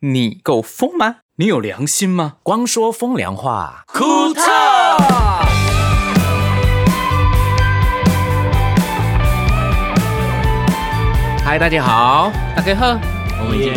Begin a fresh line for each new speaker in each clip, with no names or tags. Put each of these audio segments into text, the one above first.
你够疯吗？你有良心吗？
光说风凉话，
库特。
嗨，大家好，
大家好，
我们已经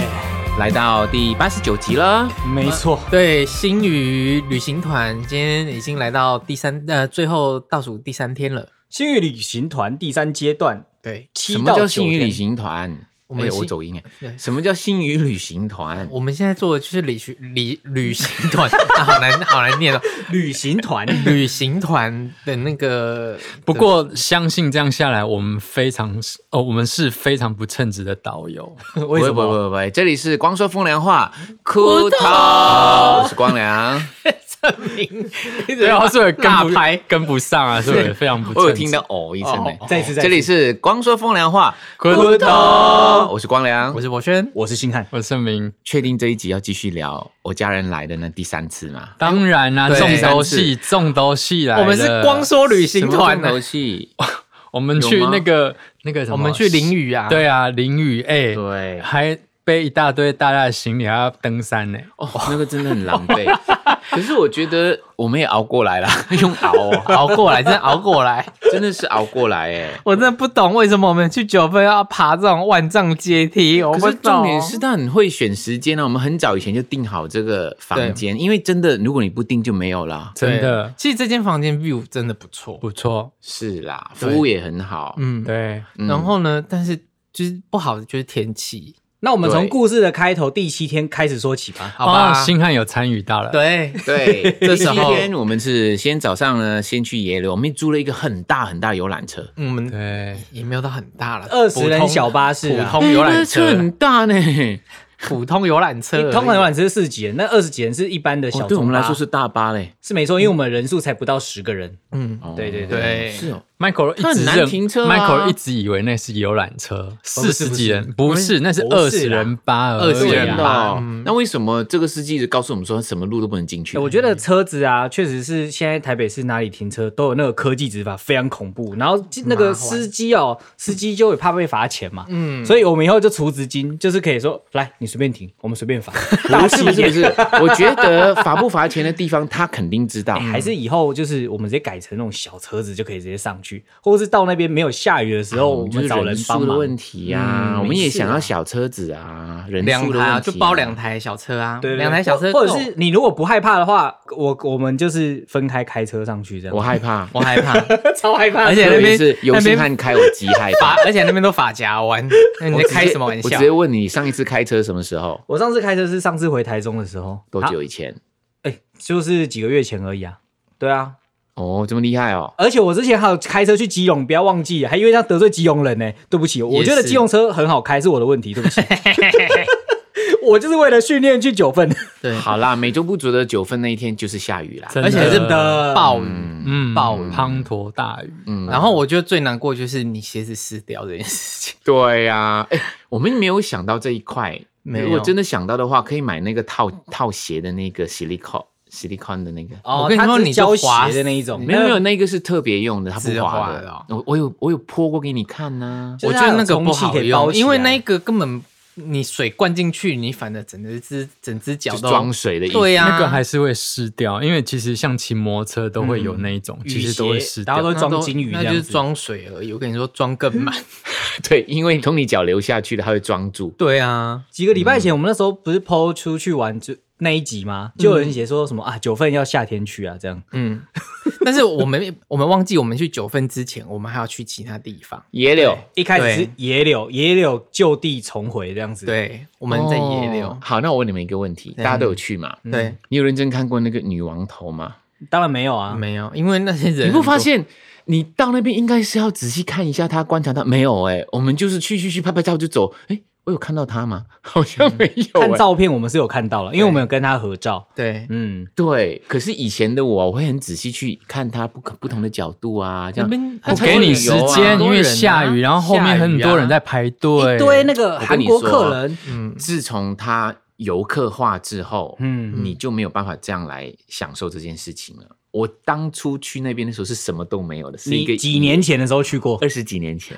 来到第八十九集了。
没错，
对，星宇旅行团今天已经来到第三呃最后倒数第三天了。
星宇旅行团第三阶段，
对，
七
什么
到
叫
九
星宇旅
天，
行团？
我们
哎
是
我走音哎。
对
什么叫星宇旅行团？
我们现在做的就是旅行旅旅行团， 啊好难好难念哦。
旅行 团
旅行团的那个，
不过，相信这样下来，我们非常是哦，我们是非常不称职的导 游。
不
为
会
什
不会不
么？
会不会，这里是光说风凉话，库特，我是光良。
证明
对啊，是不是跟
大
不
牌
跟不上啊？是不是非常不称职？
我有听到哦一声哎。
再一次，再一次
这里是光说风凉话，
库
特，我是光良
我。是博轩，
我是星汉，
我声明，
确定这一集要继续聊我家人来的那第三次吗？
当然啦、
对
重头戏，重头戏来了
我们是光说旅行团
什么重头
呢，
戏，
我
有
们去
吗
那个那个什
我
么，
们去淋雨啊，，
对啊，淋雨，哎、
对
还背一大堆大大的行李，还要登山呢、
哦，那个真的很狼狈。可是我觉得我们也熬过来了，用熬哦，
熬过来，真的 熬过来。
哎真的是熬过来哎。
我真的不懂为什么我们去九份要爬这种万丈阶梯， 我不
可是
懂。
重点是他很会选时间哦呢、我们很早以前就订好这个房间，因为真的如果你不订就没有了。
对
真的
其实这间房间 view 真的不错，
不错。
是啦，服务也很好。
嗯，
对，
嗯
然后呢，但是就是不好的就是天气，
那我们从
对
故事的开头第七天开始说起吧。
好吧？
哦星汉有参与到了。
对，
对，
这
这
时
七
候
天我们是先早上呢，先去野柳，我们租了一个很大很大游览车，
我们
对，
嗯也没有到很大了，
二十
普
人
通
小巴士
普
啊，
通哦游览
哎那
车，
很大呢。
普通游览车而已，
通常游览车是四十几人，那二十几人是一般的小中巴。
哦对我们来说是大巴嘞。
是没错，因为我们人数才不到十个人。
嗯，
哦
对对对
对，
是哦，
Michael 一
它很
直
难
认
停车啊
Michael 一直以为那是游览车，四十几人，不是，那是
不
二
是
十
啦
人八而
二
已，啊
十人
对
吧？嗯那为什么这个司机一直告诉我们说什么路都不能进去？
我觉得车子啊，确实是现在台北市哪里停车都有那个科技执法，非常恐怖。然后那个司机哦，司机就会怕被罚钱嘛，嗯，所以我们以后就除资金，就是可以说，来你随便停，我们随便罚，
不是不是不是，我觉得罚不罚钱的地方他肯定知道。
哎
还是以后就是我们直接改成那种小车子就可以直接上去，或者是到那边没有下雨的
哦
时候，
我
我
哦们就
们
是
找人
人数
帮
的
忙。
问题呀、
嗯
啊，我们也想要小车子啊，人
两
数的
台
问
啊
题、
就包两。台小车啊，
对对对
两台小车，
或或者是你如果不害怕的话，我我们就是分开开车上去这样。
我害怕，
我害怕，
超害怕
而且
特
那
别
边
是尤
那
星
边
汉开我极害
法
怕。，
而且那边都法夹 弯，那你在开什么玩
我
笑
直？接问你，上一次开车什么时候？
我上次开车是上次回台中的时候，
多
啊
久以前？
哎、就是几个月前而已啊。对啊，
哦，这么厉害哦！
而且我之前还有开车去基隆，不要忘记，啊还因为他得罪基隆人呢、对不起，我觉得基隆车很好开是我的问题，对不起。我就是为了训练去九份，
对，
好啦，美中不足的九份那一天就是下雨啦。
真的
而且是
的
暴雨，
嗯
暴雨
滂沱大雨，
嗯，
然后我觉得最难过就是你鞋子湿掉这件事情。
对呀、哎、我们没有想到这一块。
没有
如果真的想到的话，可以买那个套套鞋的那个 silicone silicone 的那个。
哦
我跟你说
它是
你就
胶
滑
鞋的那一种，
没有没有，那个是特别用的，它不
是
滑
滑
的。
的哦
我我有我有泼过给你看呐、
就
我
是
觉
它有
得那个不
充气
好
可以包
用，
起
因为那
来
个根本你水灌进去，你反正整只整只脚
就
都
装水的意思。
对啊呀、
那个还是会湿掉，因为其实像骑摩托车都会有那一种，其实都会湿
然后
掉。
都装金鱼
那
这
就是
样子。
装水而已。我跟你说，装更满。
对，因为从你脚流下去了，它会装住。
对啊，
几个礼拜前，我们那时候不是 PO 出去玩就那一集吗？就有人写说什么啊，九份要夏天去啊，这样。
嗯，但是我们我们忘记，我们去九份之前，我们还要去其他地方。
野柳，
一开始是
对
野柳，野柳就地重回这样子。，
对，我们在野柳。
哦好，那我问你们一个问题，大家都有去嘛？
嗯
对，
你有认真看过那个女王头吗？
当然没有啊，
没有，因为那些人
你不发
很多？
现，你到那边应该是要仔细看一下他，观察他。没有哎、我们就是去去去拍拍照就走。哎、我有看到他吗？ 好像没有、
看
哎
照片我们是有看到了，因为我们有跟他合照。
对，
嗯，
对，可是以前的我，我会很仔细去看他不可不同的角度啊，这
那
样。
边
我
不给你
啊
时间，因为下雨，然后后面很多人在排队。
一堆那个
我
韩
跟你
国
说
客人，
嗯，
自从他游客化之后，
嗯
你就没有办法这样来享受这件事情了。我当初去那边的时候是什么都没有的，是一个嗯
你几年前的时候去过
二十几年前，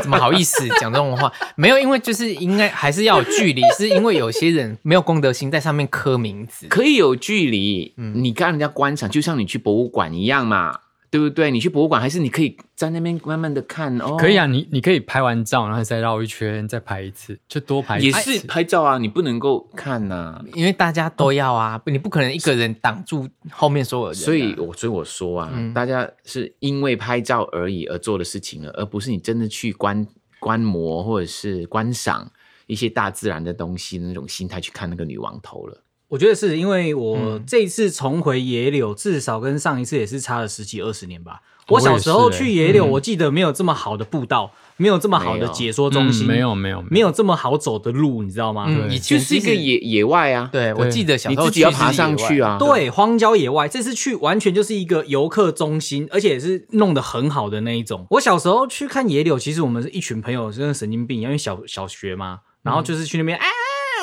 怎么好意思讲这种话？没有，因为就是应该还是要有距离，是因为有些人没有公德心，在上面刻名字。
可以有距离，你跟人家观赏，就像你去博物馆一样嘛，对不对？你去博物馆还是你可以在那边慢慢的看哦，
可以啊，你你可以拍完照，然后再绕一圈，再拍一次，就多拍一
也
次。嗯
是拍照啊，你不能够看呐、
因为大家都要啊，你不可能一个人挡住后面所有人啊、
哦所以我所以我说啊，
嗯
大家是因为拍照而已而做的事情了，而不是你真的去观观摩或者是观赏一些大自然的东西的那种心态去看那个女王头了。
我觉得是因为我这一次重回野柳，至少跟上一次也是差了十几二十年吧。我小时候去野柳，我记得没有这么好的步道，没有这么好的解说中心，
嗯没有没有
没有这么好走的路，你知道吗？
嗯，
对
以
就
前
是一个
其实
野野外啊，，
对，我
对
记得小
你
时候
自己要
去
爬
是
上
野
去
外，
啊，
对，荒郊野外，这次去完全就是一个游客中心，而且也是弄得很好的那一种。我小时候去看野柳，其实我们是一群朋友，真的神经病一样，啊因为小小学嘛，然后就是去那边、啊，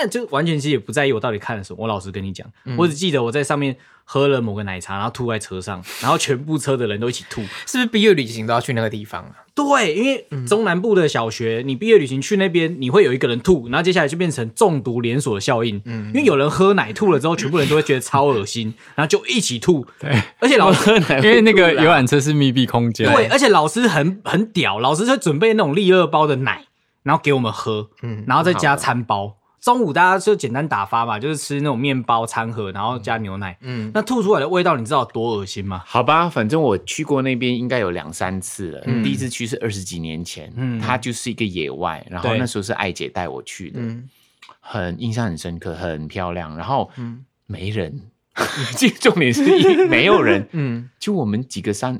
就完全其实也不在意我到底看了什么。我老实跟你讲，我只记得我在上面喝了某个奶茶，然后吐在车上，然后全部车的人都一起吐。
是不是毕业旅行都要去那个地方啊？
对，因为中南部的小学，你毕业旅行去那边，你会有一个人吐，然后接下来就变成中毒连锁的效应。因为有人喝奶吐了之后，全部人都会觉得超恶心，然后就一起吐。
对，
而且老师
因为那个游览车是密闭空间，
对，，而且老师很很屌，老师就准备那种利乐包的奶，然后给我们喝，嗯，然后再加餐包。中午大家就简单打发嘛，就是吃那种面包餐盒，然后加牛奶。嗯，那吐出来的味道，你知道有多恶心吗？
好吧，反正我去过那边应该有两三次了。
嗯
第一次去是二十几年前，它就是一个野外，然后
对
那时候是艾姐带我去的，
嗯
很印象很深刻，很漂亮。然后没人， 这重点是一 没有人，
嗯，
就我们几个三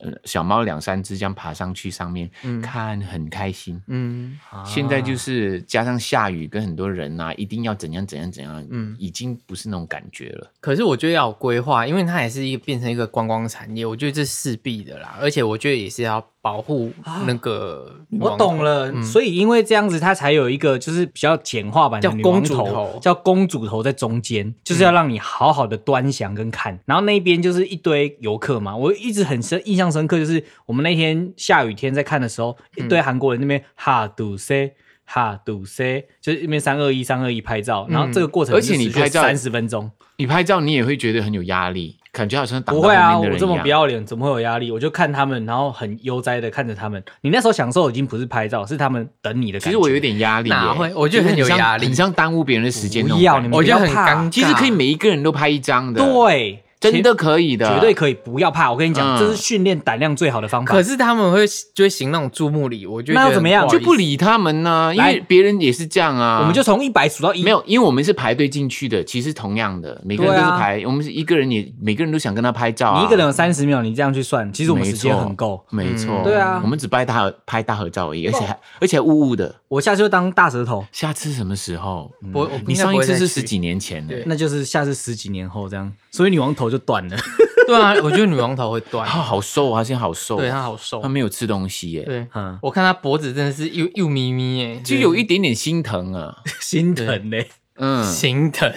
呃小猫两三只这样爬上去上面、看，很开心。
嗯，
现在就是加上下雨跟很多人呐、啊，一定要怎样怎样怎样，已经不是那种感觉了。
可是我觉得要有规划，因为它也是一个变成一个观光产业，我觉得这势必的啦。而且我觉得也是要保护
啊
那个女王
我
头，
懂了，
嗯
所以因为这样子，它才有一个就是比较简化版的
叫
女王
公主
头
头
叫公主头在中间，就是要让你好好的端详跟看。然后那边就是一堆游客嘛，我一直很深印象深刻，就是我们那天下雨天在看的时候，
嗯
一堆韩国人那边哈杜塞。哈杜塞就是那边三二一三二一拍照，然后这个过程
嗯而且你拍照
三十分钟，
你拍照你也会觉得很有压力，感觉好像挡
不
到
会啊，
后面
我
的人一
这么
样
不要脸，怎么会有压力？我就看他们，然后很悠哉的看着他们。你那时候享受已经不是拍照，是他们等你的
其
感觉。
实我有点压力耶，
哪会我觉得
就是
很有
像
压力
很像耽误别人的时间那
不
种
要
感
你
觉。
们，
我觉得很
怕
尴尬。
其实可以每一个人都拍一张的，，
对，
真的可以的，
绝对可以，不要怕。我跟你讲，
嗯
这是训练胆量最好的方法。
可是他们会就会行那种注目礼，我觉得
那要怎么样
就不
理。
理他们呢、因
来
为别人也是这样啊。
我们就从一百数到一，
没有，因为我们是排队进去的，其实同样的，每个人都
对啊
是排，我们是一个人也每个人都想跟他拍照、啊，
你一个人有三十秒，你这样去算，其实我们时间很够。
没错，
对啊
我们只拍大合拍大合照而已，而且还而且还雾雾的。
我下次就当大舌头，
下次什么时候？
嗯
我我
你上一次是十
几？
几年前的
对，
那就是下次十几年后这样，所以女王头就断了
对啊，我觉得女王头会断
他， 好瘦啊，现在好瘦，
对她好瘦
他。没有吃东西耶，
对
嗯，
我看她脖子真的是又又咪咪耶，
就有一点点心疼啊。
心疼欸嘞。
嗯，
心疼，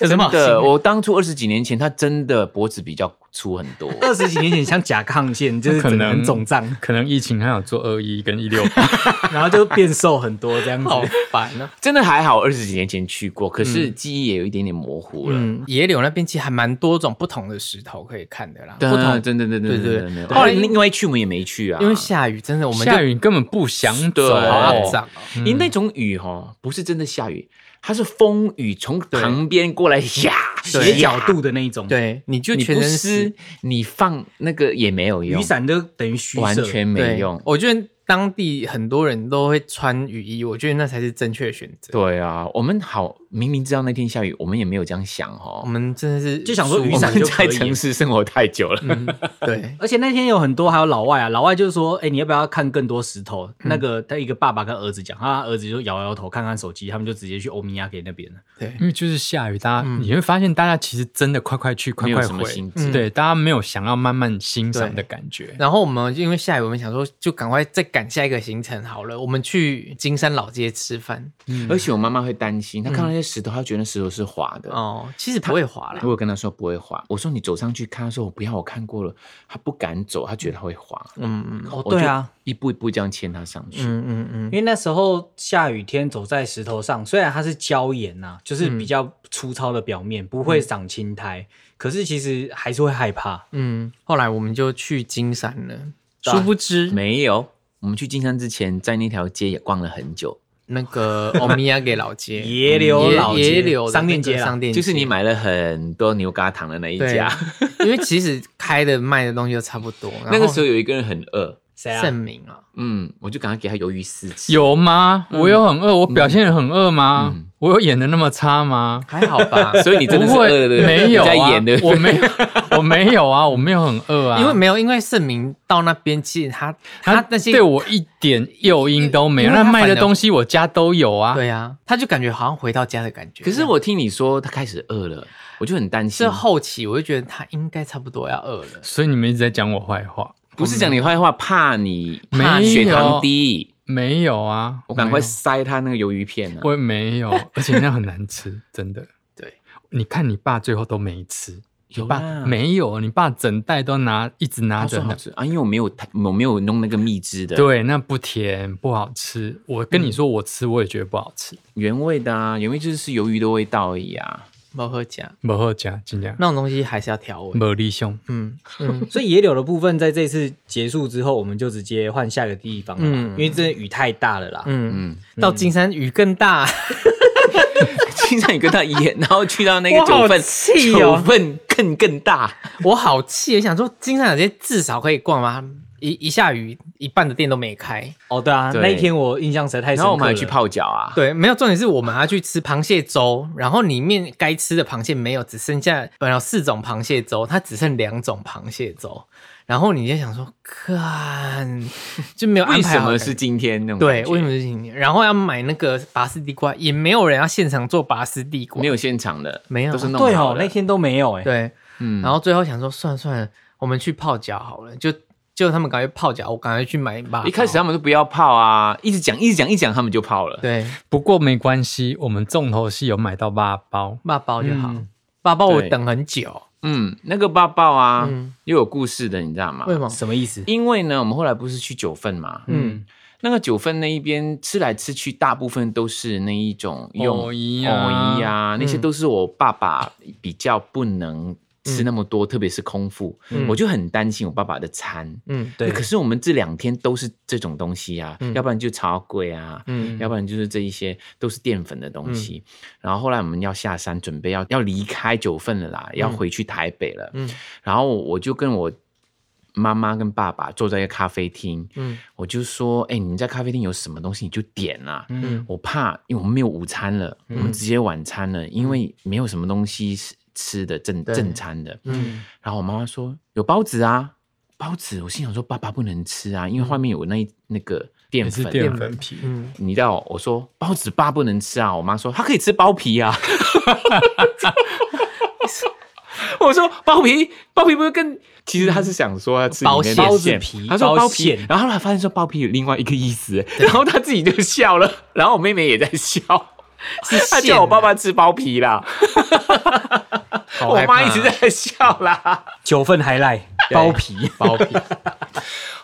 有什么好心
的，
疼？
我当初二十几年前，他真的脖子比较粗很 多。
二十几年前像甲亢线， 就是
可
整个人
能
肿胀，
可能疫情还有做二一跟一六，
然后就变瘦很多这 样子。
好烦啊！
真的还好，二十几年前去过，可是记忆也有一点点模糊了。
嗯，野柳那边其实还蛮多种不同的石头可以看的啦，不
对
同。
真的，对对
对对
对对。
对
后来另外一去我们也没去啊，
因为下雨，真的我们就
下雨根本不想走，
对
好
啊
肮脏哦。
因为那种雨哈，不是真的下雨，它是风雨从旁边过来呀，
斜角度的那一种，，
对，你就
你
全
不
身湿，
湿，你放那个也没有用，
雨伞就等于虚设，
完全
对
没用。
我觉得当地很多人都会穿雨衣，我觉得那才是正确的选择。
对啊，我们好明明知道那天下雨，我们也没有这样想
我
哦。
们真的是
就想说
疏
雨
我
伞
们
就可
在
以
城市生活太久了，
对，
而且那天有很多还有老外啊，老外就是说，哎、你要不要看更多石头？那个他一个爸爸跟儿子讲，他儿子就摇摇头，看看手机，他们就直接去欧米亚给那边了。
因为就是下雨，大家、你会发现大家其实真的快快去，快
没有
快
什么
回
心，
嗯
对，大家没有想要慢慢欣赏
对
的感觉。
然后我们因为下雨，我们想说就赶快再赶下一个行程好了。我们去金山老街吃饭，
而且我妈妈会担心，她看到那些石头，他觉得那石头是滑的。
哦，其实不会滑啦
我。有跟他说不会滑，我说你走上去看，他说我不要，我看过了，他不敢走，他觉得他会滑。
嗯嗯
哦，
我
对
就
啊，
一步一步这样牵他上去。
嗯嗯嗯
因，为那时候下雨天走在石头上，虽然它是礁岩呐、就是比较粗糙的表面，不会长青苔，可是其实还是会害怕。
嗯，后来我们就去金山了，
殊不知
嗯
没有，我们去金山之前，在那条街也逛了很久，
那个欧米亚给老街，
野柳老街
野柳的
商店
那个
街啦
商店街
就是你买了很多牛轧糖的那一
对
家。
因为其实开的卖的东西都差不多。
那个时
候
候有一个人很饿，
谁啊？
盛明啊，
嗯，我就赶快给他鱿鱼丝吃。
有吗？我有很饿，我表现得很饿吗？
嗯，
我有演的那么差吗？
还好 吧
所以你真的是
不
饿
会
了，对不对
没有
你
啊，
在演的，
我没有，我没有啊，我没有很饿啊，
因为没有，因为盛明到那边，其实他他那些
对我一点诱因都没有，
因为
那
他
卖的
反而
东西我家都有啊。
对啊，他就感觉好像回到家的感觉。
可是我听你说他开始饿了，我就很担心
是。后期，我就觉得他应该差不多要饿了。
所以你们一直在讲我坏话，
不是讲你坏话，怕你
没
怕血糖
有
低，
没有啊，
我赶快
没有
塞他那个鱿鱼片啊！
我也没有，而且那很难吃，真的。
对，
你看你爸最后都没吃，
有
爸
啦，
没有，啊你爸整袋都拿，一直拿
他
着
说好
呢。
吃啊，因为我没有太我没有弄那个蜜汁的，，
对，那不甜不好吃。我跟你说，我吃我也觉得不好吃，
原味的啊，原味就是鱿鱼的味道而已啊。
没喝加
不好加尽量。
那种东西还是要调味。
没力兄，
嗯嗯
所以野柳的部分，在这次结束之后，我们就直接换下个地方了，
嗯
因为真的雨太大了啦。
嗯，
嗯，
到金山雨更大，
经常你跟他演，然后去到那个
我好
九份，
气
九
哦
份更更大，
我好气！想说金山有些至少可以逛吗？一一下雨，一半的店都没开。
哦，对啊，
对
那一天我印象实在太深刻了。
然后我们还去泡脚啊，
对，没有重点是我们还要去吃螃蟹粥，然后里面该吃的螃蟹没有，只剩下本来有四种螃蟹粥，它只剩两种螃蟹粥。然后你就想说，看就没有安
为
排
什
好
么
感觉。
是今天那种
对
感，觉？
为什么是今年？然后要买那个拔丝地瓜，也没有人要现场做拔丝地瓜，
没有现场的，
没有啊
都是弄
对
好
哦，
的
那天都没有哎、
对。
嗯
然后最后想说，算了算了，我们去泡脚好了，就就他们赶快泡脚，我赶快去买一把。
一开始他们都不要泡啊，一直讲一直讲一直讲，他们就泡了。
对
不过没关系，我们重头戏有买到八包，
八包就好，八包我
对
等很久，
嗯，那个抱抱啊，
嗯
又有故事的，你知道吗？
为什么？
什么意思？
因为呢，我们后来不是去九份嘛，
嗯，
那个九份那一边吃来吃去，大部分都是那一种用
藕衣啊
藕衣啊，那些都是我爸爸比较不能吃那么多，特别是空腹，我就很担心我爸爸的餐。
嗯
对
可是我们这两天都是这种东西啊，要不然就炒粿啊，
嗯
要不然就是这一些都是淀粉的东西。然后后来我们要下山，准备要要离开九份了啦，要回去台北了。
嗯
然后我就跟我妈妈跟爸爸坐在一个咖啡厅，
嗯
我就说：“哎、你们在咖啡厅有什么东西你就点啦、
嗯
我怕，因为我们没有午餐了，我
嗯
们直接晚餐了，因为没有什么东西是吃的正
对
正餐的。
嗯
然后我妈妈说有包子啊，包子。我心想说爸爸不能吃啊，因为外面有那一那个淀
嗯也是
粉。
淀粉皮。
嗯，
你知道我说包子爸不能吃啊，我妈说他可以吃包皮啊。我说包皮，包皮不是更……其实他是想说要吃里面的
包
馅
馅皮
他说
包
包皮
馅，
然后后来发现说包皮有另外一个意思，然后他自己就笑了，然后我妹妹也在笑，他
馅
叫我
啊
爸爸吃包皮啦，
好
我
害
妈
怕
一直在笑啦，
九份还赖包皮，
包皮，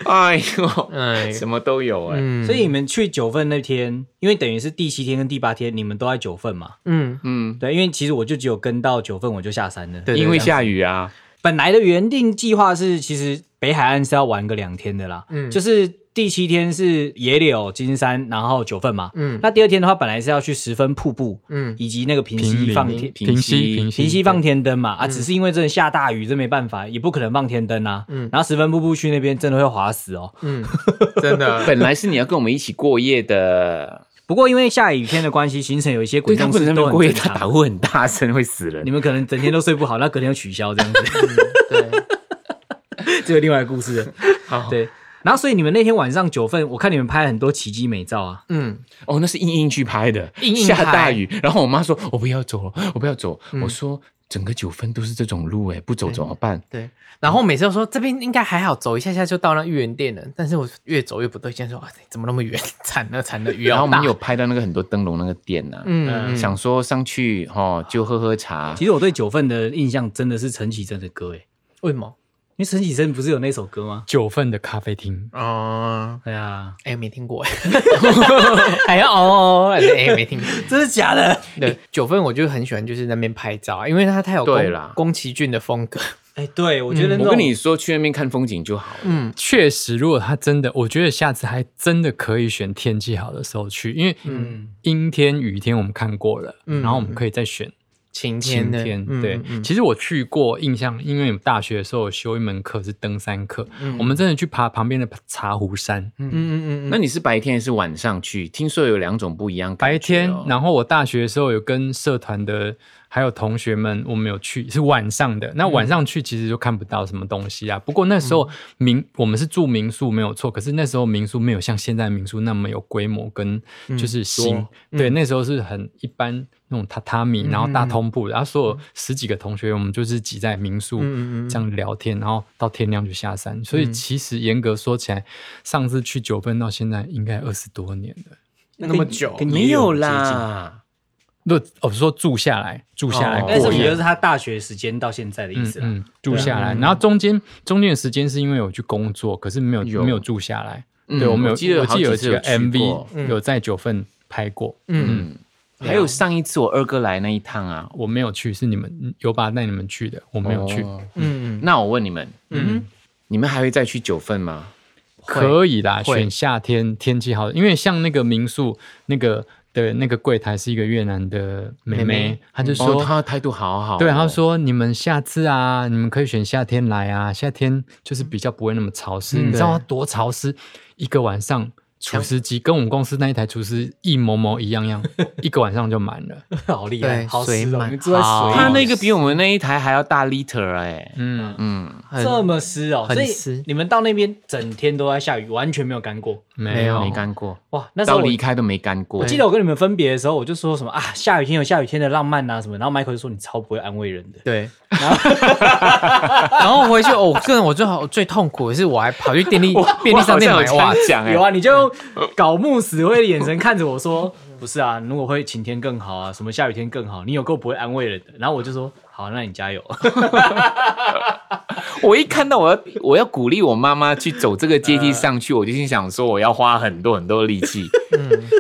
哎呦，
哎，
什么都有哎，
嗯
所以你们去九份那天，因为等于是第七天跟第八天，你们都在九份嘛？
嗯，
嗯，
对，因为其实我就只有跟到九份，我就下山了。
对
因为下雨啊，
本来的原定计划是，其实北海岸是要玩个两天的啦。
嗯
就是第七天是野柳、金山，然后九份嘛。
嗯
那第二天的话，本来是要去十分瀑布，
嗯
以及那个平
平
溪
林
放天
平
平
息
息平息
平溪放天灯嘛。
嗯
啊，只是因为真的下大雨，真没办法，也不可能放天灯啊。
嗯
然后十分瀑布去那边真的会滑死哦。
嗯，真 的，
本来是你要跟我们一起过夜的，
不过因为下雨天的关系，行程有一些
对
滚
他
动
不能在
式
那
都
边过
很
夜，
正
他打
常。
呼很大声，会死人
你。们可能整天都睡不嗯 好，那隔天又取消这样子。
对，
这个另外一个故事。对，然后所以你们那天晚上九份，我看你们拍很多奇迹美照啊，
嗯，
哦，那是硬硬去拍的，
硬硬
下
拍
大雨，然后我妈说：“我不要走了，我不要走。我说：“整个九分都是这种路、哎，不走怎么办
对。然后每次都说这边应该还好，走一下下就到那芋圆店了。但是我越走越不对劲，说啊怎么那么远， 惨了惨了，？”雨
然
要
后我们
大。
有拍到那个很多灯笼那个店呐、
嗯，嗯
想说上去哈、哦、就喝喝茶
其，实我对九份的印象真的是陈绮贞的歌诶，
为什么？
因为陈绮贞不是有那首歌吗？
九份的咖啡厅，
啊，
哎呀，
哎，没听过哎， 还要哦，哎，没听过。
真的假的？
对，九份我就很喜欢，就是那边拍照啊，因为它太有宫
对啦
宫崎骏的风格。
哎，对，我觉得那
我
种
跟你说去那边看风景就好了。
嗯，
确实，如果它真的，我觉得下次还真的可以选天气好的时候去，因为阴天、雨天我们看过了，
嗯
然后我们可以再选
晴
晴
天的，
天。
嗯
对，
嗯
其实我去过，印象因为我们大学的时候有修一门课是登山课，我们真的去爬旁边的茶壶山，
嗯嗯嗯嗯，
那你是白天还是晚上去？听说有两种不一样感
白
觉
天
哦。
然后我大学的时候有跟社团的还有同学们，我们有去是晚上的。那
嗯
晚上去其实就看不到什么东西啊。不过那时候民我们是住民宿没有错，可是那时候民宿没有像现在民宿那么有规模跟
嗯
就是新。对，那时候是很一般那种榻榻
嗯
米，然后大通铺，然后所有十几个同学我们就是挤在民宿
嗯嗯嗯
这样聊天，然后到天亮就下山。
嗯
所以其实严格说起来，上次去九份到现在应该二十多年了。
那么久
跟
没有
接近
啦，
那我哦说住下来，住下来
哦
但是
过
你
夜，
就是他大学时间到现在的意
嗯
思啊啦。
嗯，住下来。然后中间中间的时间是因为我去工作，可是没
有
有没有住下来。
嗯
对，我们有
我记得
我记得
好
有
几次
几个
有去过
MV 有在九份拍过，
嗯
嗯。还有上一次我二哥来那一趟啊，
我没有去，是你们有把带你们去的，我没有去。
哦
嗯嗯
那我问你们，
嗯，
你们还会再去九份吗？
可以啦，
会
选夏天天气好的，因为像那个民宿那个的那个柜台是一个越南的妹
妹
妹嗯
妹，
她就
哦，
说
他态度好好哦。
对，他说你们下次啊，你们可以选夏天来啊，夏天就是比较不会那么潮湿。你知道它多潮湿？一个晚上，除湿机跟我们公司那一台除湿一模模一样 样，一个晚上就满 了。
好厉害，
对
好
水
湿哦，
满
你住在嗯水
他
里
那个比我们那一台还要大 liter 哎，
嗯，
嗯，
很
这么湿哦，
很
所以
湿
你们到那边整天都在下雨，完全没有干过。
没有
没干过，
哇，那时候
到
我
离开都没干过。
我记得我跟你们分别的时候，我就说什么啊，下雨天有下雨天的浪漫啊什么，然后 Michael 就说你超不会安慰人的。
对， 然后回去，哦，我个人我最好最痛苦的是，我还跑去便利便利商店买袜子，
讲
有啊，你就用搞木死灰的眼神看着我说：“不是啊，如果会晴天更好啊，什么下雨天更好，你有够不会安慰人的。”然后我就说：“好，那你加油。
我一看到我要我要鼓励我妈妈去走这个阶梯上 去，我就心想说我要花很多很多力 气。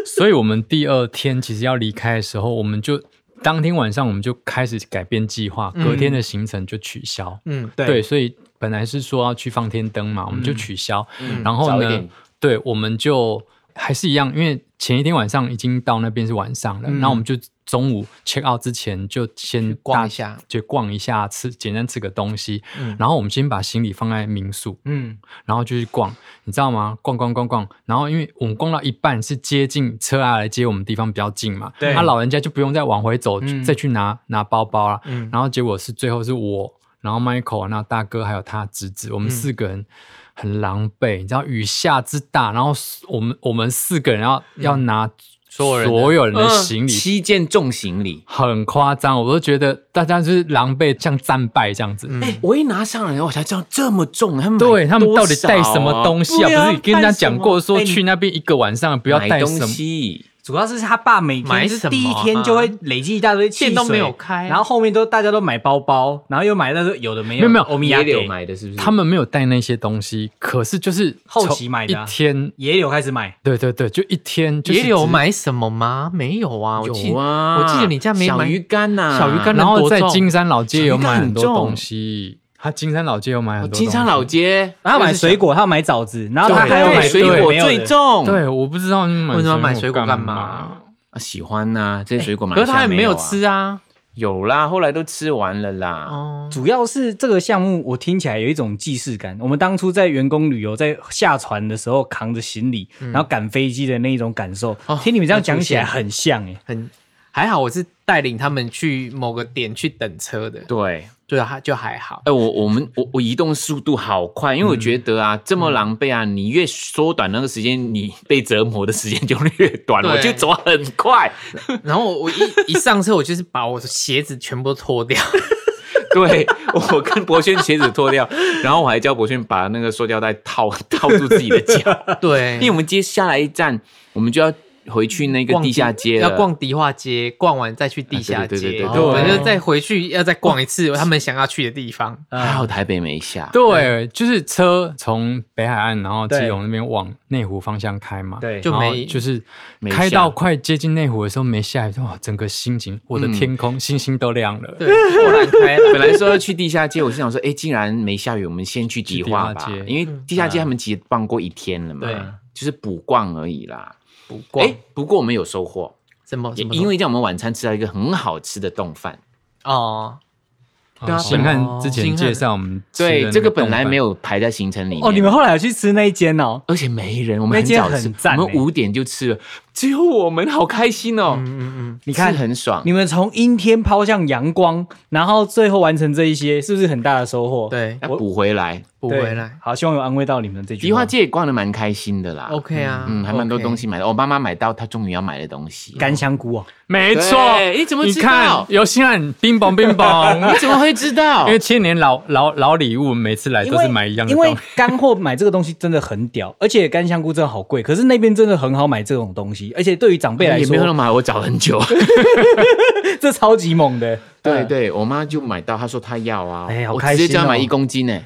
所以我们第二天其实要离开的时候，我们就当天晚上我们就开始改变计划，隔天的行程就取消。
嗯，
对
对，所以本来是说要去放天灯嘛，我们就取消。然后
早一
呢
点，
对，我们就还是一样，因为前一天晚上已经到那边是晚上了，然后我们就中午 check out 之前就先
逛
大
一下，
就逛一下，吃简单吃个东西，然后我们先把行李放在民宿”，，
嗯，
然后就去逛，你知道吗？逛逛逛逛，然后因为我们逛到一半是接近车啊来接我们地方比较近嘛，
对
他、老人家就不用再往回走，
嗯
再去拿拿包包啦。
嗯
然后结果是最后是我，然后 Michael 啊那大哥还有他侄子，
嗯
我们四个人很狼狈，你知道雨下之大，然后我们我们四个人要、要拿
嗯所有人的嗯
所有人的行李。
嗯七件重行李，
很夸张，我都觉得大家就是狼狈，像战败这样子。
嗯
我一拿上来我才知道这么重，他们买
对他们到底带
多
什
少
么
啊
东西啊？
对啊
不是跟人家讲过
带
说
什么
去那边一个晚上不要
买
带
东
什么？
西。
主要是他爸每
买
天就是
什么啊
第一天就会累积一大堆汽水，
店都没有开
然后后面都大家都买包包，然后又买那个有的没有
没有没有
欧米
米
亚
也
给
柳买的是不是？
他们没有带那些东西，可是就是
后期买的啊
一天，
野柳开始买，
对对对，就一天就是
也有
只，
买什么吗？没有啊，我记
有啊，
我记得你家没
小
买
鱼干呐、
小鱼干
然后
多
在
重
金山老街有买很多
小鱼干很重
东西，他金山老街有买很多东西。
哦金山老街，
然后他买水果，他买枣子，然后他还有
对
买
水
对
果
没有的
最重，
对，我不知道你买
为什么买水
水
果干
干
嘛？
啊喜欢呐、这些水果买、
可是他也没有，吃啊。
有啦，后来都吃完了啦。
哦，
主要是这个项目，我听起来有一种既视感。我们当初在员工旅游，在下船的时候扛着行李，然后赶飞机的那一种感受，听你们这样讲起来很像哎、
很还好，我是带领他们去某个点去等车的，
对，
对啊，就还好
哎、。我我们我我移动速度好快，因为我觉得啊，这么狼狈啊，你越缩短那个时间，你被折磨的时间就越短，
对
我就走很快。
然后我我一一上车，我就是把我的鞋子全部都脱 掉，
对我跟博轩鞋子脱掉，然后我还教博轩把那个塑胶袋套 套住自己的 脚，
对
因为我们接下来一站我们就要回去那个
逛
地下街了，啊
要逛迪化街，逛完再去地下街，
对对对对
对
我们
对
就再回去要再逛一次他们想要去的地方。
还好台北没下，
对，就是车从北海岸，然后基
对
隆那边往内湖方向开嘛，，
对，
就没
就是
没
开
下
到快接近内湖的时候没下雨，哇，整个心情，我的天空、星星都亮了。
对，豁然开朗。
本来说要去地下街，我是想说，哎，既然没下雨，我们先去迪化吧
去迪化，街
因为地下街他们其实逛过一天了嘛，
对
就是补逛而已啦。
不逛
哎，不过我们有收获，
什么
也
什么，
因为这样我们晚餐吃到一个很好吃的冻饭。
哦，
对啊，星汉之
星
前
汉
介绍我们吃的那
对，这个本来没
冻
有排在行程里面。
哦，你们后来有去吃那一间哦，
而且没人，我们
那
很
间
早吃
很，赞
我们
欸
五点就吃了，只有我们，好开心哦！
你看
吃很爽
你。们从阴天抛向阳光，然后最后完成这一些，是不是很大的收获？
对，
要补回来，
补
对
回来。
好，希望有安慰到你们这句。
迪化，街也逛的蛮开心的啦。
OK 啊，
嗯，还蛮多
OK
东西买的。我妈妈买到她终于要买的东西，
干香菇哦，
饭，没
对哎
错。
你怎么
你
知道
看？有星汉冰雹冰
你
雹，
怎么会知道？
因为千年老老老礼物，每次来
因
都
为
是买一样的
因为
东
干货买这个东西真的很屌，而且干香菇真的好贵，可是那边真的很好买这种东西，而且对于长辈来
哎也没有那
说，
么好，我找很 久。
这超级猛的。
对
嗯，
对，我妈就买到，她说她要啊，
哎好
我
开心
直
哦
接叫她买一公斤呢、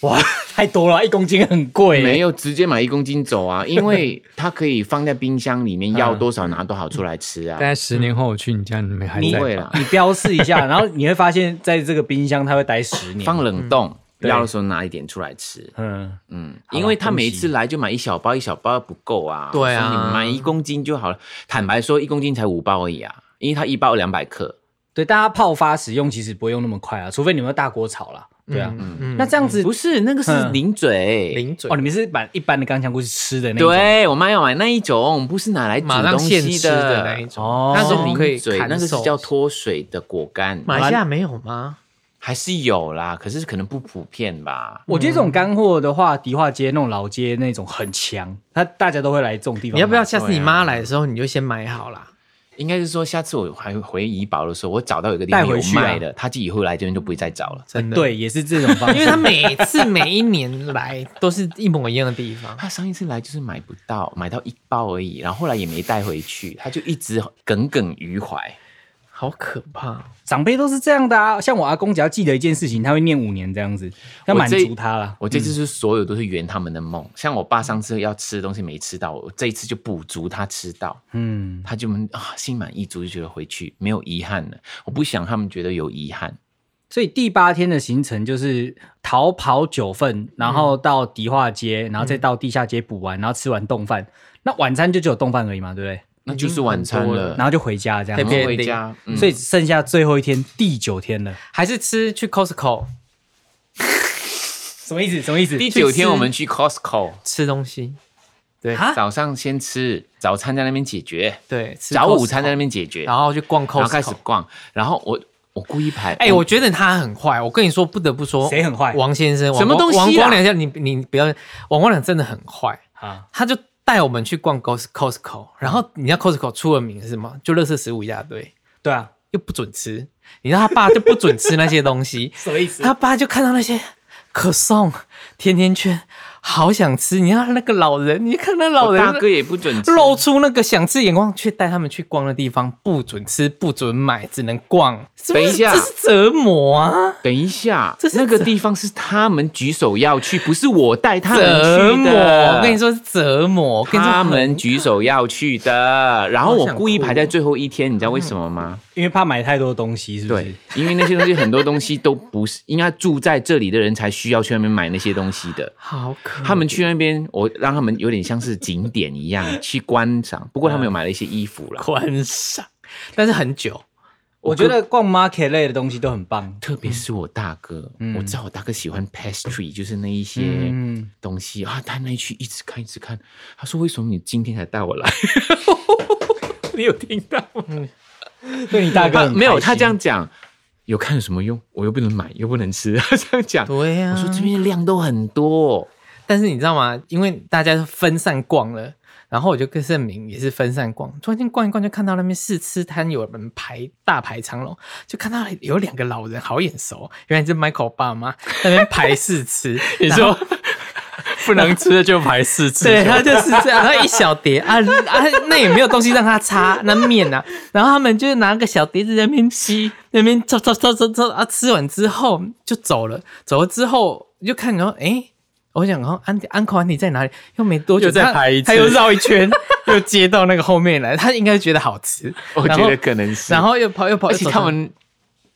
哇，太多了，一公斤很贵。
没有直接买一公斤走 啊，因为她可以放在冰箱里面，要多少拿多少出来吃
大
啊，
概十年后我去你家，你们还
不
在
会
吧
啦，
你标示一 下，然后你会发现在这个冰箱它会待十年。
放冷冻，
对
要的时候拿一点出来吃。
嗯，
嗯，因为她每一次来就买一小包，一小包不够啊，
对啊
所以你买一公斤就好了。坦白说，一公斤才五包而已啊，因为它一包两百克。
对，大家泡发使用其实不会用那么快啊，除非你们有大锅炒啦。对啊，
嗯
那
哦
这样子
不是那个是
嗯
零嘴，
零嘴
哦，你们是买一般的干香菇是吃的那种。
对我妈要买那一种，不是拿来煮
马上
东
现
西
吃的那一种，
哦
那
那
种
种
可以
零嘴，
砍
那个是
手
叫脱水的果干，
马来西亚没有吗？
还是有啦，可是可能不普遍吧。
我觉得这种干
嗯
货的话，迪化街那种老街那种很强，它大家都会来这种地方买。
你要不要下次你妈来的时候你就先买好啦？
应该是说，下次我还回怡宝的时候，我找到有个地方
带回
有
去啊
卖的，他就以后来这边就不会再找了。
真的，，
对，也是这种方 式。
因为她每次每一年来都是一模一样的地 方。
他上一次来就是买不到，买到一包而已，然后后来也没带回去，他就一直耿耿于怀。
好可怕！
长辈都是这样的啊，像我阿公只要记得一件事情，他会念五年这样子，要满
我
足
这
他啦。
我这次是所有都是圆他们的梦，像我爸上次要吃的东西没吃到，我这一次就补足他吃到。
嗯，
他就们啊心满意足，就觉得回去没有遗憾了。我不想他们觉得有遗憾。
所以第八天的行程就是逃跑九份，然后到迪化街，然后再到地下街补完，然后吃完冻饭。那晚餐就只有冻饭而已嘛，对不对？
那就是晚餐了，
然后就回家这
特
样
然
子
后
别。
回家。嗯、
所以剩下最后一天，第九天了。
还是吃去 Costco
什么意思？什么意思？
第九天我们去 Costco，
吃东西，对
啊
早上先吃早餐在那边解决，
对，吃
早
Costco
午餐在那边解决，
然后去逛
然后开
Costco
始。逛。然后我我故意排，
哎、我觉得他很坏。我跟你说，不得不说，
谁很坏
王先生，王
什么东西啊
王光良先生，你你不要，王光良真的很坏，
啊，
他就带我们去逛 Cos- Costco，然后你知道 Costco 出了名是什么？就垃圾食物一大堆，
对啊，，
又不准吃。你知道他爸就不准吃那些东 西
什么意思？
他爸就看到那些可颂、甜甜圈，好想吃。你看那个老人，你看那老
我
人，
大哥也不 准吃，
露出那个想吃眼光，却带他们去逛的地方，不准吃，不准买，只能逛。是不是
等一下
这是折磨啊！
等一下
这，是
那个地方是他们举手要去，不是我带他们
折
去
磨！
的。
我跟你，说是折磨，我跟你说
他们举手要去的。然后
好
我
想
故意
哭
排在最后一天，你知道为什么吗？
因为怕买太多东西，是不是
对？，因为那些东西很多东西都不是应该住在这里的人才需要去那边买那些东西的。
好可
他们去那边，我让他们有点像是景点一样去观赏。不过他们有买了一些衣服啦，
观赏，但是很久。
嗯我觉得逛 market 类的东西都很棒。
特别是我大哥，我知道我大哥喜欢 pastry，就是那一些
嗯，
东西啊。他那一区一直看，一直看。他说：“为什么你今天才带我来？”你有听到吗？
对你大哥很
没有，
开心
他这样讲，有看有什么用？我又不能买，又不能吃， 他这样讲。
对
啊
呀、
我说这边的量都很多，
但是你知道吗？因为大家都分散逛了，然后我就跟盛明也是分散逛，突然间逛一逛就看到那边试吃摊有人排大排长龙，就看到有两个老人好眼熟，原来是 Michael 爸妈在那边排试吃，
你
然后
说 不能吃的就排四次，
对他就是这样，他一小碟啊 啊，那也没有东西让他擦那面啊，然后他们就是拿个小碟子在那边吸，那边搓搓搓搓搓啊，吃完之后就走了，走了之后就看然后哎，我想然后安安口安迪在哪里？又没多久
又再
他
排一次
他又绕一圈，又接到那个后面来，他应该觉得好吃，
我
然
觉
后
得可能是。
然后又跑又跑，
而且
又走
他们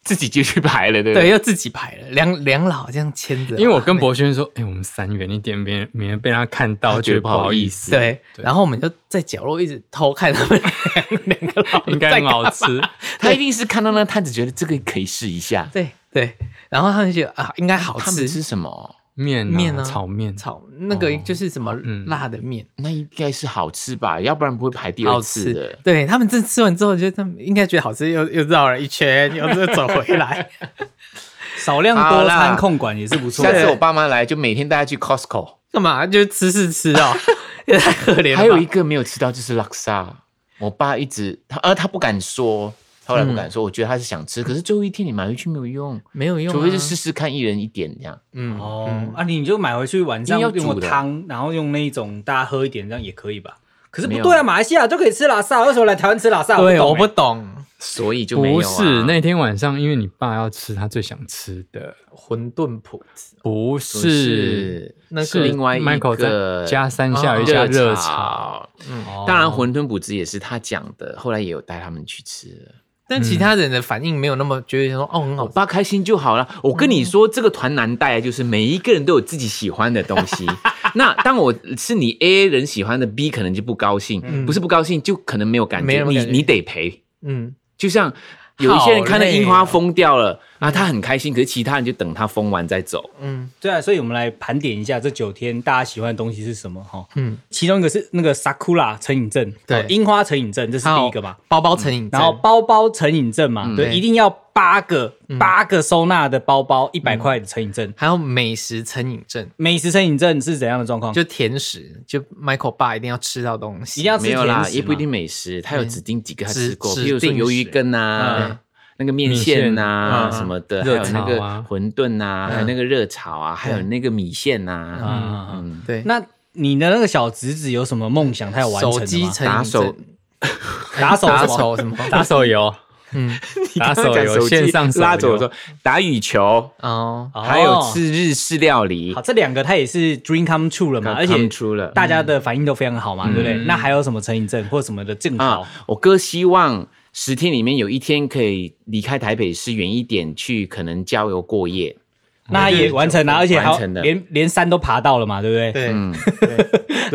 自己就去排了，对不
对
对？
又自己排了，两两老这样牵着，
因为我跟博轩说，哎、我们散远一点，免免得被他看到，
他觉得
不好意思。
对，然后我们就在角落一直偷看他们两两个老人
应该
在
很好
干
吃。
他一定是看到那摊子，觉得这个可以试一下。
对对，然后他们就觉得啊，应该好
他
吃
们吃什么？
面、啊、
面啊
炒面，
炒那个就是什么辣的面，
那应该是好吃吧，要不然不会排第
好
二次
吃
的。。
对他们这吃完之后，就他们应该觉得好吃，又又绕了一圈，又又走回来。
少量
好
多
啦
餐控管也是不错
下
的。
次我爸妈来，就每天带他去 Costco。
干嘛？就吃是吃哦，也太可怜了吧。
还有一个没有吃到就是拉萨，我爸一直他呃他不敢说，后来不敢说，我觉得他是想吃，可是最后一天你买回去没有用，
没有用啊，
除非是试试看一人一点这样。
嗯
哦
嗯，
啊，你就买回去晚上
因为要
用
煮
个
的
汤，然后用那一种大家喝一点，这样也可以吧？可是
没
不
有
对啊，马来西亚就可以吃拉萨，为什么来台湾吃拉萨？
对，我
我
不
不
懂
所以就没有、
不
啊、
是那天晚上，因为你爸要吃他最想吃的，
馄饨谱子
不
不
是
那
是
个
另外一
Michael
个
在加三下有一家热炒，
哦
懂。
当然，馄饨补子也是他讲的，后来也有带他们去吃了。
但其他人的反应没有那么觉得说哦很
我
好吃，
爸开心就好了。我跟你说，这个团难带，啊就是每一个人都有自己喜欢的东 西。那当我是你 A 人喜欢的 B，可能就不高兴，不是不高兴，就可能没有感
嗯没
觉。
有感觉
你你得赔，
嗯，
就像有一些人看到樱
好累
花
哦
疯掉了啊，他很开心，可是其他人就等他疯完再走。
嗯
对啊，所以我们来盘点一下这九天大家喜欢的东西是什么哈。
嗯
嗯，其中一个是那个 sakura 成瘾症，
对
哦樱花成瘾症，这是
还有
第一个嘛。
包包成瘾
嗯
症，
然后包包成瘾症
嗯
嘛，对，
对
一定要八个八个收纳的包包，一
嗯
百块的成瘾症。
还有美食成瘾症。
美食成瘾症是怎样的状况？
就甜食，就 Michael 爸一定要吃到东西，
一定要吃
没有啦
甜，食哎
也不一
嘛
定美食，他有指定几个他
指
吃过，
指
比如说
定
鱿鱼
食
羹啊。那个面线呐、
面线嗯
什么的，还
热
有那个
炒啊
馄饨呐、还有那个热炒啊，还有那个米线呐、
啊，
嗯，
对。
那你的那个小侄子有什么梦想？他有完成的
手
吗
机哦成
打
瘾
手
症，
打手什
打
么
手什么？
打手游，嗯，打手游线上手
拉走
游
我说打羽球，
哦，
哦
还有吃日式料理
好，，这两个它也是 dream come true 了嘛，而且
出了
大家的反应都非常好嘛，对不对？那还有什么成瘾症或什么的症
啊
状？！
我哥希望十天里面有一天可以离开台北市远一点，去可能郊游过夜。
那他也完成了，
完
而且还有
成了
连连山都爬到了嘛，对不对？
对，
嗯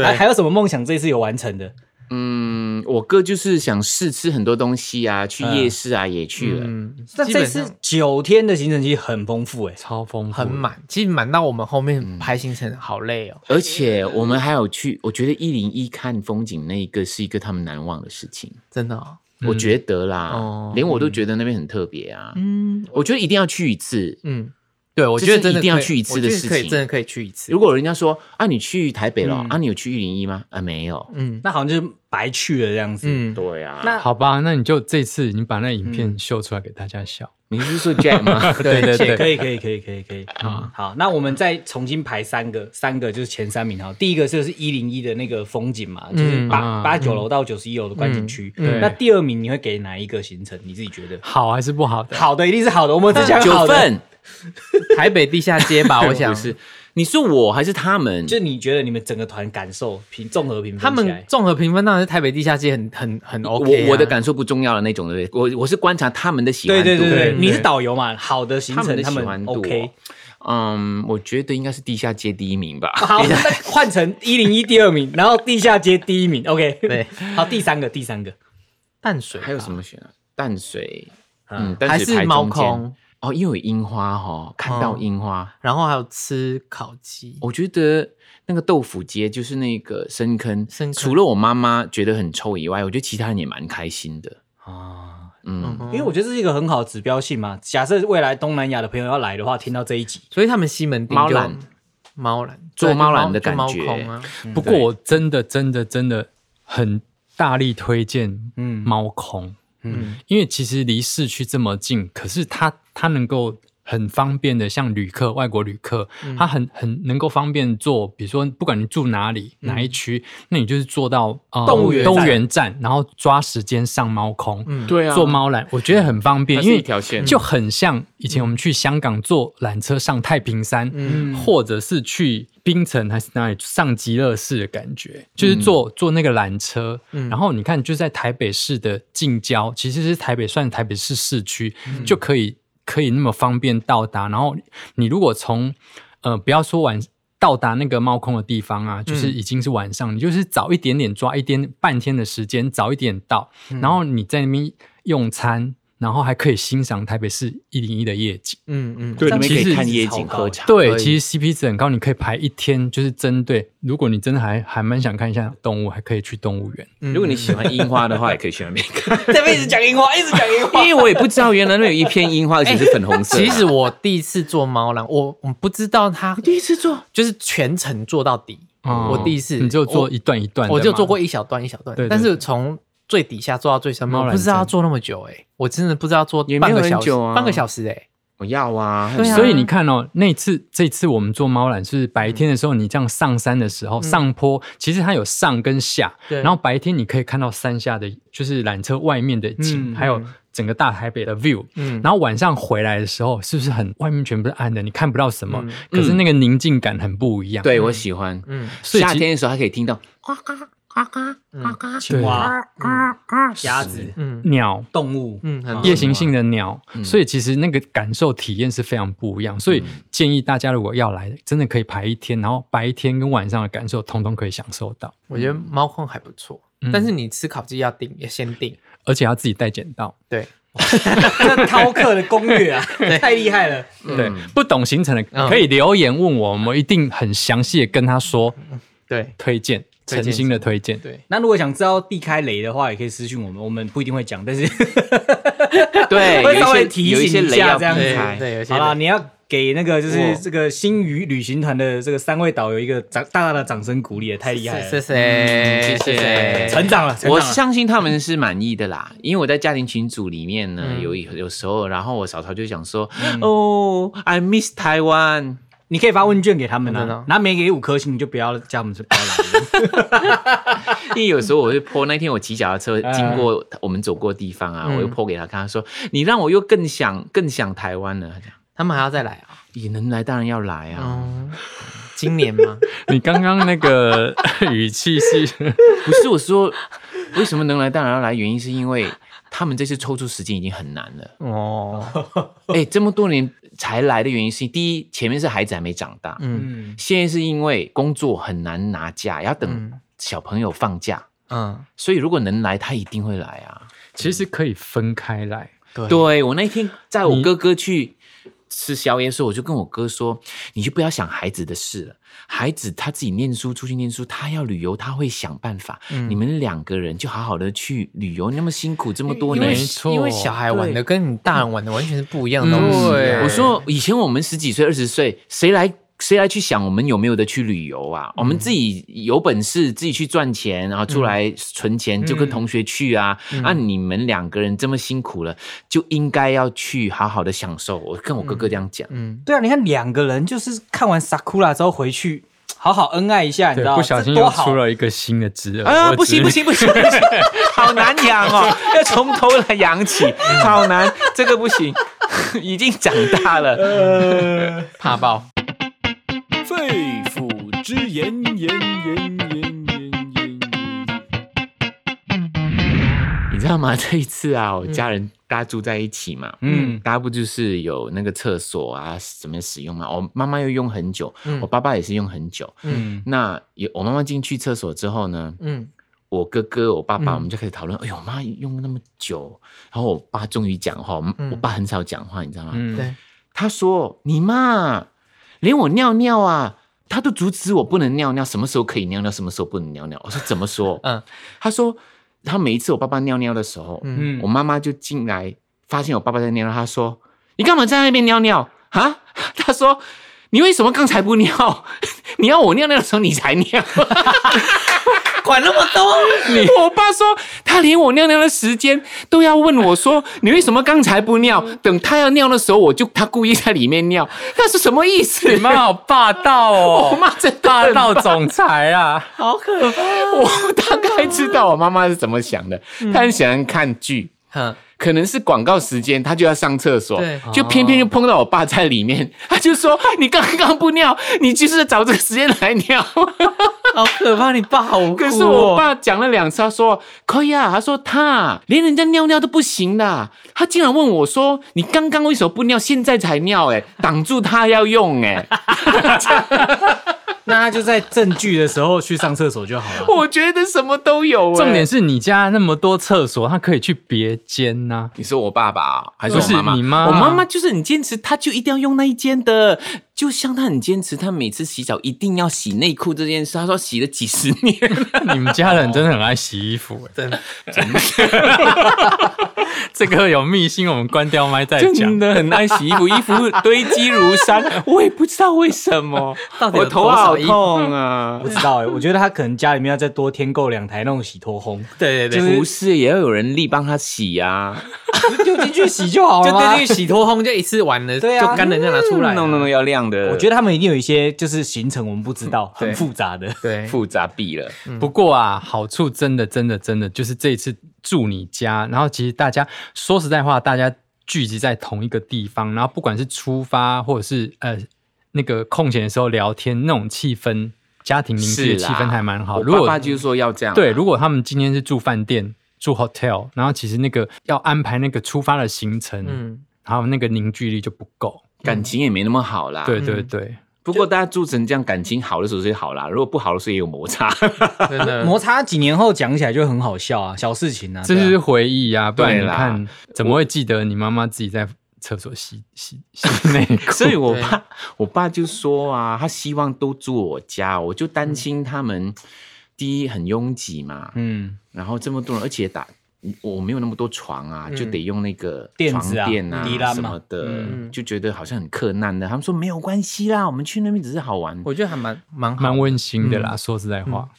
还还有什么梦想这次有完成的？
嗯，我哥就是想试吃很多东西啊，去夜市啊也去了。
嗯，
那
基
这
本
次
上
九天的行程其实很丰富哎，
超丰富，
很满，其实满到我们后面排行程好累哦。
而且我们还有去，我觉得一零一看风景那一个是一个他们难忘的事情，
真的哦，
我
嗯
觉得啦，
哦
连我都觉得那边很特别啊，
嗯
我觉得一定要去一次。
嗯，对，我
这
觉得
是
真的
一定要
可以
去一次
我觉
的
得
事
可以
情
真的可以去一次。
如果人家说啊，你去台北了、
嗯
啊，你有去一零一吗？啊，没有。
嗯
那好像就是白去了这样子。
嗯，
对啊，
那
好吧，那你就这次你把那影片秀出来给大家笑，
你是说 Jack 吗？
对对
可以可
对，
以可以可以可以可以啊！好，那我们再重新排三个，三个就是前三名哈。第一个就是一零一的那个风景嘛，就是八
嗯
八九楼到九十一楼的观景区。
嗯对
那第二名你会给哪一个行程？你自己觉得？
好还是不好的？
好的一定是好的，我们只讲好的。
九份，
台北地下街 吧，我想
不是，你说我还是他们？
就你觉得你们整个团感受评综合评分
他
起
们
来
综合评分当然是台北地下街很很很 OK 啊。
我我的感受不重要的那种，对不对？我我是观察他们的喜欢
对
度。
对对对，
对
你是导游嘛？好的行
他们
程
的
他
喜
们
欢度哦
OK。
嗯，我觉得应该是地下街第一 名吧。
好，那换成一零一第二名，然后地下街第一名，OK。
对，
好，第三个第三个，
淡水
还有什
么？
么选啊？淡水，
嗯
嗯，淡
还
水
是
排
猫
中间
空，
哦，因为有樱花哈、哦，看到樱花，
然后还有吃烤鸡，
我觉得那个豆腐街就是那个深坑，
深坑
除了我妈妈觉得很臭以外，我觉得其他人也蛮开心的。
啊，
嗯，
因为我觉得这是一个很好的指标性嘛。假设未来东南亚的朋友要来的话，听到这一集，
所以他们西门町
猫
就
缆
猫缆
做
对
猫缆
就
的
就
感
猫
觉
空啊，
不过我真的真的真的很大力推荐，嗯，猫空，嗯，因为其实离市区这么近，可是它它能够。很方便的，像旅客、外国旅客，它很很能够方便坐，比如说不管你住哪里、哪一区，那你就是坐到、呃、
动物园站
动物园站，然后抓时间上猫空，
对啊，
坐猫缆，我觉得很方便，
它是
因为
一条线
就很像以前我们去香港坐缆车上太平山，或者是去冰城还是哪里上极乐寺的感觉，就是坐、坐那个缆车。然后你看，就在台北市的近郊，其实是台北算台北市市区，就可以可以那么方便到达。然后你如果从呃，不要说晚到达那个猫空的地方啊，就是已经是晚上，你就是早一点点抓一天半天的时间，早一点到，
嗯
然后你在那边用餐，然后还可以欣赏台北市一零一的夜景。
嗯嗯，
对，你们可
其
以
实
看夜
超
景、
高
喝
的
茶。
对，其实 CP 值很高，你可以排一天，就是针对如果你真的还还蛮想看一下动物，还可以去动物园。
嗯
如果你喜欢樱花的话，也可以去那边看，
这辈子讲樱花，一直讲樱
因为我也不知道原来那有一片樱花，而且是粉红 色的。啊
其实我第一次做猫缆，我我不知道它
第一次做，
就是全程做到底。
哦
我第一次
你就做
我
一段一段的
我就
嘛
做过一小段一小段
对，对
但是从最底下做到最上面，
猫缆
我不知道要
针
做那么久哎、我真的不知道做
也没
半
有
个
很
小时，
久啊
半个小时哎、
我要啊，
对啊
所以你看哦，那次这次我们做猫缆是白天的时候，你这样上山的时候，上坡其实它有上跟下，
嗯对
然后白天你可以看到山下的，就是缆车外面的景，还有整个大台北的 view。
嗯
然后晚上回来的时候，是不是很外面全部是暗的，你看不到什么？可是那个宁静感很不一样。
对我喜欢。
嗯，
所以其
夏天的时候还可以听到
嗯
对
花、 鸭子、
嗯
鸟。
动物，
嗯，很
夜行性的鸟，
嗯
所以其实那个感受体验是非常不一样。所以建议大家如果要来，真的可以排一天，然后白天跟晚上的感受，通通可以享受到。
我觉得猫控还不错，
嗯
但是你吃烤鸡要定，要先定。
而且要自己带剪刀。
对，
这饕客的攻略啊，太厉害了。
对，不懂行程的
嗯
可以留言问我，我们一定很详细的跟他说
对
推荐，
推
诚
荐
心的推荐。
对，
那如果想知道避开雷的话，也可以私信我们，我们不一定会讲，但是
对，有
会稍微
一些
提
有一些
醒一
雷
下
要
这
避
样
对
开
对。有些
好啦，你要给那个就
哇
是这个星宇旅行团的这个三位导游一个掌大大的掌声鼓励，也太厉害
谢
了，
谢
嗯谢谢
成长啊了，成
我
长了。
相信他们是满意的啦，因为我在家庭群组里面呢，
嗯
有有时候，然后我嫂嫂就想说，哦，I miss Taiwan，
你可以发问卷给他们
真的哦
啊，那没给五颗星，你就不要叫他们是不要来了。
因为有时候我会泼，那天我骑脚踏车经过我们走过的地方啊，
嗯
我又泼给他，看他说，你让我又更想更想台湾了，他讲
他们还要再来啊？
也能来当然要来啊，
嗯，今年吗？
你刚刚那个 语气是，
不是我说为什么能来当然要来，原因是因为他们这次抽出时间已经很难 了。
哦，
哎、这么多年才来的原因是，第一，前面是孩子还没长大，
嗯
嗯，
现在是因为工作很难拿假，要等
嗯
小朋友放假，
嗯，
所以如果能来，他一定会来啊。
其实可以分开来。
对
对我那天在我
你
哥哥去吃宵夜的时候，我就跟我哥说，你就不要想孩子的事了。孩子他自己念书，出去念书，他要旅游，他会想办法。
嗯
你们两个人就好好的去旅游，那么辛苦这么多
因
年
为
没，错
因为小孩玩的跟你大人玩的完全是不一样
嗯
的东西啊。
对
我说以前我们十几岁、二十岁，谁来谁来去想我们有没有的去旅游
嗯
啊？我们自己有本事自己去赚钱，然后出来
嗯
存钱，就跟同学去啊。啊，你们两个人这么辛苦了，就应该要去好好的享受。我跟我哥哥这样讲，
嗯，
对啊，你看两个人就是看完《Sakura》之后回去，好好恩爱一下，你
对
知道，吗？
不小心
这
又
多好啊
出了一个新的职儿。
啊，
我
不行
只
不行不行，不行 好难养哦， 要从头来养起，好难，这个不行， 已经长大
嗯
了。
怕爆。
肺腑之言，言言言言言言。
你知道吗？这一次啊，
嗯
我家人大家住在一起嘛，嗯，大家不就是有那个厕所啊，怎么使用嘛？我妈妈又用很久，我爸爸也是用很久。
嗯
那有我妈妈进去厕所之后呢，
嗯
我哥哥、我爸爸，
嗯
我们就开始讨论。哎呦，我妈用那么久，然后我爸终于讲话。我
嗯
我爸很少讲话，你知道吗？
嗯
对，
他说：“你妈连我尿尿啊，他都阻止我不能尿尿，什么时候可以尿尿，什么时候不能尿尿。”我说：“怎么说？”
嗯
他说：“他每一次我爸爸尿尿的时候，
嗯
我妈妈就进来，发现我爸爸在尿尿，她说：“你干嘛在那边尿尿啊？” 她说：“你为什么刚才不尿？ 你要我尿尿的时候你才尿。
管那么多，”
我爸说他连我尿尿的时间都要问我说：“你为什么刚才不尿？”等他要尿的时候，我就他故意在里面尿， 那是什么意思？
你妈好霸道 哦！
我妈真的
霸
很
道总裁啊！
好可怕。
我大概知道我妈妈是怎么想的，
嗯
她很喜欢看剧。
哼，
可能是广告时间，她就要上厕所
对，
就偏偏就碰到我爸在里
哦
面，他就说：“你刚刚不尿，你就是找这个时间来 尿。
好可怕！你爸好酷、哦。”
可是我爸讲了两次，他说：“可以啊。”他说：“他连人家尿尿都不行的。”他竟然问我说：“你刚刚为什么不尿？现在才尿、欸？哎，挡住他要用哎、欸
那他就在正剧的时候去上厕所就好 了。
我觉得什么都有、欸
重点是你家那么多厕所，他可以去别间呐。
你说我爸爸啊还是我
不是
妈妈？
你妈
我妈妈就是很坚持，她就一定要用那一间的。就像她很坚持，她每次洗澡一定要洗内裤这件事，她说洗了几十年。
你们家人真的很爱洗衣服、欸， 真的。这个有秘辛，我们关掉麦再
真
讲。
的很爱洗衣服，衣服堆积如 山，我也不知道为什么，
到底有
我头
多少
好
衣服
痛啊
不！知道哎、我觉得他可能家里面要再多添购两台那种洗脱 烘，
对对对，
不是，也要有人力帮她洗呀、啊。
就进去洗就好
就
了吗。
对去洗脱烘就一次完了，
对啊
就干了再拿出来。
嗯弄弄弄要亮的，
我觉得他们一定有一些就是行程我们不知道，很复杂的。
对，
复杂毙了。
不过啊，好处真的真的真的就是这一次住你家，然后其实大家说实在话，大家聚集在同一个地方，然后不管是出发或者是呃那个空闲的时候聊天，那种气氛，家庭凝聚的气氛还蛮好。
我
如果
爸爸就是说要这样啊，
对，如果他们今天是住饭店、住 hotel，然后其实那个要安排那个出发的行程，
嗯，
然后那个凝聚力就不够。
感情也没那么好啦。
对对对，
不过大家住成这样，感情好的时候是好啦，如果不好的时候也有摩 擦。
真的。
摩擦几年后讲起来就很好笑啊，小事情啊。
呃这就是回忆啊，不然
对
你
啦
看怎么会记得你妈妈自己在厕所洗洗洗内裤？
所以我爸，我爸就说啊，他希望都住我家，我就担心他们、第一很拥挤嘛，
嗯，
然后这么多人，而且打我没有那么多床啊，就得用那个
嗯垫
床
子啊
垫
地拉嘛
什么的，
嗯
就觉得好像很困难的。他们说没有关系啦，我们去那边只是好
嗯
玩。
我觉得还蛮蛮好
蛮，温馨的啦，说实在话，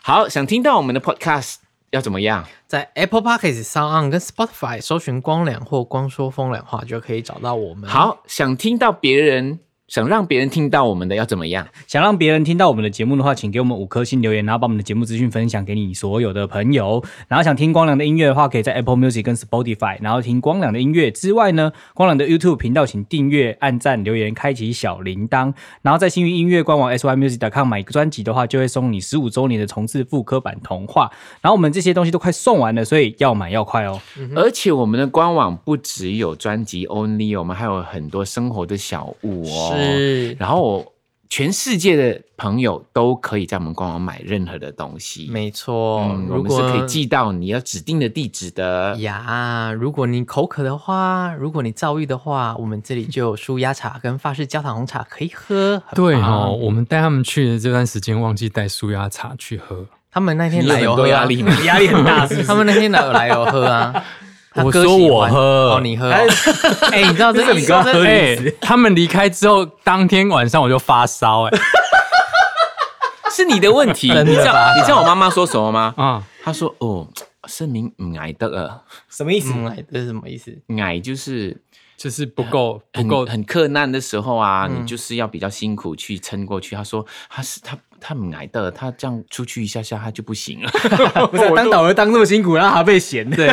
好，想听到我们的 podcast 要怎么样？
在 Apple Podcast 上 on 跟 Spotify 搜寻“光良”或“光说风凉话”就可以找到我们。，
好，想听到别人，想让别人听到我们的要怎么样？
想让别人听到我们的节目的话，请给我们五颗星留言，然后把我们的节目资讯分享给你所有的朋友。然后想听光良的音乐的话，可以在 Apple Music 跟 Spotify，然后听光良的音乐之外呢，光良的 YouTube 频道请订阅、按赞、留言、开启小铃铛。然后在幸运音乐官网 symusic.com 买专辑的话，就会送你十五周年的重置复刻版童话。然后我们这些东西都快送完了，所以要买要快哦。
嗯
而且我们的官网不只有专辑 Only，我们还有很多生活的小物哦。，
是
然后我全世界的朋友都可以在我们官网买任何的东西。
没错。
嗯，我
如
们是
果
可以寄到你要指定的地址的。
呀，如果你口渴的话，如果你躁郁的话，我们这里就有舒压茶跟法式焦糖红茶可以喝。很
对
棒
哦，，我们带他们去的这段时间忘记带舒压茶去喝，
他们那天
你有
奶
很
油
多
喝
压
啊
力吗？
压力很大，是不是？
他们那天哪有奶油喝啊？他
我
哥
说
喜
我
欢
喝
哦，你喝哦。 哎，你知道这个你
刚刚喝的
哎、 他们离开之后，当天晚上我就发烧、哎，
是你的 问题。你知道你知道我妈妈说什么吗？
啊、
她说：“哦，盛明唔矮得了，
什么意思？
嗯，哎这是什么意思？
矮就是
就是不够不
很
够
很困难的时候啊，
嗯
你就是要比较辛苦去撑过去。”她说：“她是她她唔矮得了，啊她这样出去一下下她就不行了。”
不是啊当导游当那么辛苦，然后还被嫌。 对，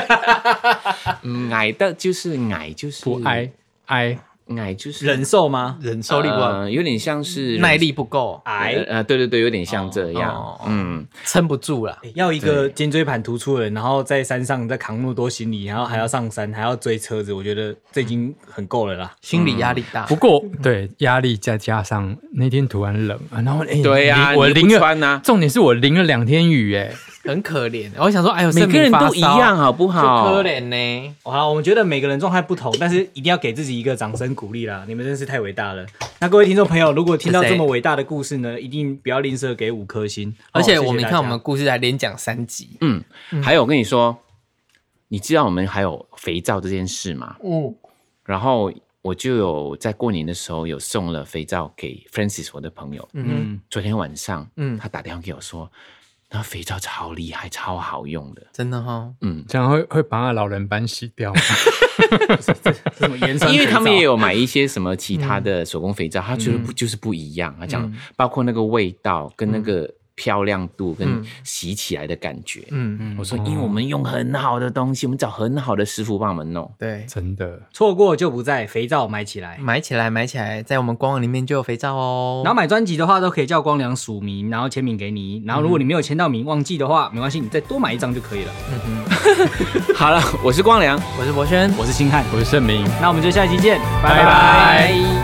嗯，矮的就是矮，就是
不挨挨，
矮就是
忍受吗？啊
忍受力不好，
呃有点像是
耐力不够，
呃
癌。
呃，对对对，有点像这样，
哦
嗯，
撑不住了。
要一个肩椎盘突出的人，然后在山上再扛那么多行李，然后还要上山，还要追车子，我觉得这已经很够了啦。
心理压力大。
嗯不过对压力再加上那天突然冷，啊然后哎、
对呀
淋我
你不
淋了
穿啊
重点是我淋了两天雨、哎，
很可怜。我想说，哎呦，
每个人都一样，
啊，
好不
就
好？
可怜呢。
好，我们觉得每个人状态不同，但是一定要给自己一个掌声鼓励啦！你们真是太伟大了。那各位听众朋友，如果听到这么伟大的故事呢，一定不要吝啬给五颗星。
而且
嗯哦
我
谢
们
谢大
看，
家
我们故事还连讲三集，
嗯，还有我跟你说，你知道我们还有肥皂这件事吗？
嗯，
然后我就有在过年的时候有送了肥皂给 Francis 我的朋友。
嗯
昨天晚上，
嗯
嗯，他打电话给我说，那肥皂超厉害，超好用的。
真的哈，
嗯，
这样会会把他老人斑洗掉吗。
什 么 盐酸
因为他们也
有
有买一些什么其他的手工肥皂，他觉得不就是不一样。他讲包括那个味道跟那个漂亮度跟洗起来的感觉。
嗯嗯，
我说，因为我们用很好的东西，我们找很好的师傅帮我们弄。
对，
真的，
错过就不在，肥皂买起来。
买起来买起来，在我们官网里面就有肥皂哦。
然后买专辑的话，都可以叫光良署名，然后签名给你。然后如果你没有签到名，忘记的话，没关系，你再多买一张就可以了。
好了，我是光良。
我是博轩，
我是星汉，
我是盛明。
那我们就下期见，
拜
拜拜